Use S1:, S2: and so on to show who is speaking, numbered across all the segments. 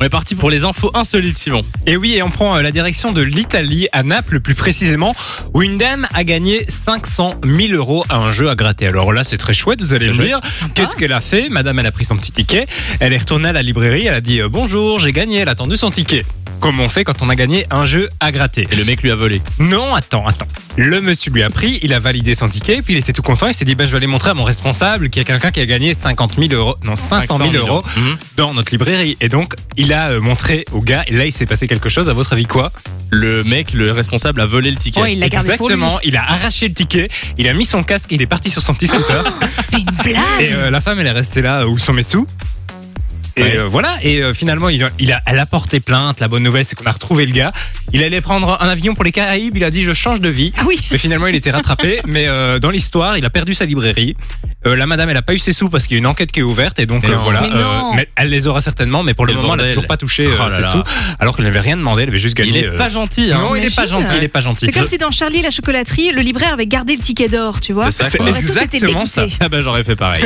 S1: On est parti pour les infos insolites, Simon.
S2: Et oui, et on prend euh, la direction de l'Italie, à Naples plus précisément, où une dame a gagné 500 000 euros à un jeu à gratter. Alors là, c'est très chouette, vous allez me
S1: chouette.
S2: dire. Qu'est-ce qu'elle a fait Madame, elle a pris son petit ticket, elle est retournée à la librairie, elle a dit euh, bonjour, j'ai gagné, elle a tendu son ticket. Comme on fait quand on a gagné un jeu à gratter.
S1: Et le mec lui a volé.
S2: Non, attends, attends. Le monsieur lui a pris, il a validé son ticket, puis il était tout content, il s'est dit, ben, je vais aller montrer à mon responsable qu'il y a quelqu'un qui a gagné 50 000 euros, non, 500 000 euros
S1: Mhm.
S2: dans notre librairie. Et donc, il a euh, montré au gars, et là, il s'est passé quelque chose, à votre avis, quoi
S1: Le mec, le responsable, a volé le ticket.
S3: Oh, il l'a gardé pour lui.
S2: Exactement, il a arraché le ticket, il a mis son casque, il est parti sur son petit scooter,
S3: C'est une blague.
S2: et euh, la femme, elle est restée là, euh, où sont mes sous et
S1: Ouais.
S2: euh, voilà, et euh, finalement, il a, il a- elle a porté plainte. La bonne nouvelle, c'est qu'on a retrouvé le gars. Il allait prendre un avion pour les Caraïbes. Il a dit Je change de vie.
S3: Ah oui.
S2: Mais finalement, il était rattrapé. Mais euh, dans l'histoire, il a perdu sa librairie. Euh, la madame, elle a pas eu ses sous parce qu'il y a une enquête qui est ouverte. Et donc,
S1: Mais
S2: euh,
S1: non.
S2: voilà.
S3: Mais non.
S2: mais elle les aura certainement. Mais pour le
S1: Quel
S2: moment, elle a
S1: bordel.
S2: toujours pas touché euh,
S1: Oh là
S2: ses
S1: là.
S2: sous. Alors qu'elle n'avait rien demandé. Elle avait juste gagné.
S1: Il est
S2: euh,
S1: pas gentil, hein.
S2: Non, il est pas
S3: Imagine.
S2: gentil. Il est pas gentil.
S3: C'est comme si dans Charlie et la chocolaterie, le libraire avait gardé le ticket d'or, tu vois.
S1: C'est ça,
S2: C'est
S1: quoi.
S3: On aurait tous été
S2: exactement ça.
S3: dégoûtés.
S1: Ah bah j'aurais fait pareil.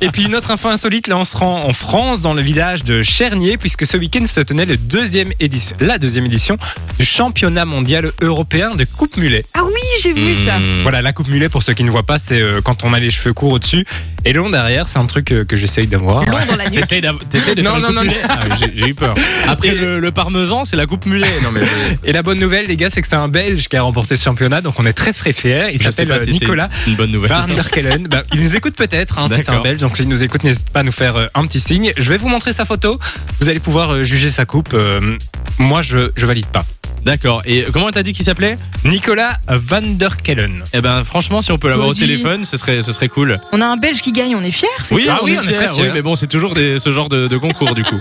S2: Et puis une autre info insolite, là on se rend en France, dans le village de Chernier, puisque ce week-end se tenait le deuxième édition, la deuxième édition du championnat mondial européen de coupe mulet.
S3: Ah oui, j'ai vu ça.
S1: Hmm.
S2: Voilà, la coupe mulet, pour ceux qui ne voient pas, c'est euh, quand on a les cheveux courts au-dessus et long derrière, c'est un truc euh, que j'essaye d'avoir.
S1: Mm.
S3: Long dans la nuit.
S1: T'essayes d'av- t'essayes de
S2: Non,
S1: faire une
S2: non,
S1: coupe
S2: non,
S1: mulet Ah oui, j'ai- J'ai eu peur. Après
S2: Et-
S1: le, le parmesan, c'est la coupe mulet. Non mais je-
S2: Et la bonne nouvelle, les gars, c'est que c'est un Belge qui a remporté ce championnat, donc on est très très fiers. Il
S1: je sais
S2: s'appelle
S1: pas
S2: euh,
S1: si c'est
S2: Nicolas.
S1: une bonne nouvelle.
S2: Van der Kellen, Bah, il nous écoute peut-être, hein, si c'est un
S1: D'accord.
S2: belge, donc s'il nous écoute, n'hésite pas à nous faire euh, un petit signe. Je vais vous montrer sa photo, vous allez pouvoir euh, juger sa coupe. Euh, moi, je, je valide pas.
S1: D'accord. Et comment t'as dit qu'il s'appelait
S2: Nicolas Van der Kellen.
S1: Eh ben franchement, si on peut l'avoir au
S3: Cody.
S1: téléphone, ce serait ce serait cool.
S3: On a un Belge qui gagne, on est fiers. c'est
S2: Oui,
S3: tout.
S2: ah oui, on est
S1: fiers,
S2: très fiers.
S1: oui, mais bon, c'est toujours des- ce genre de, de concours du coup.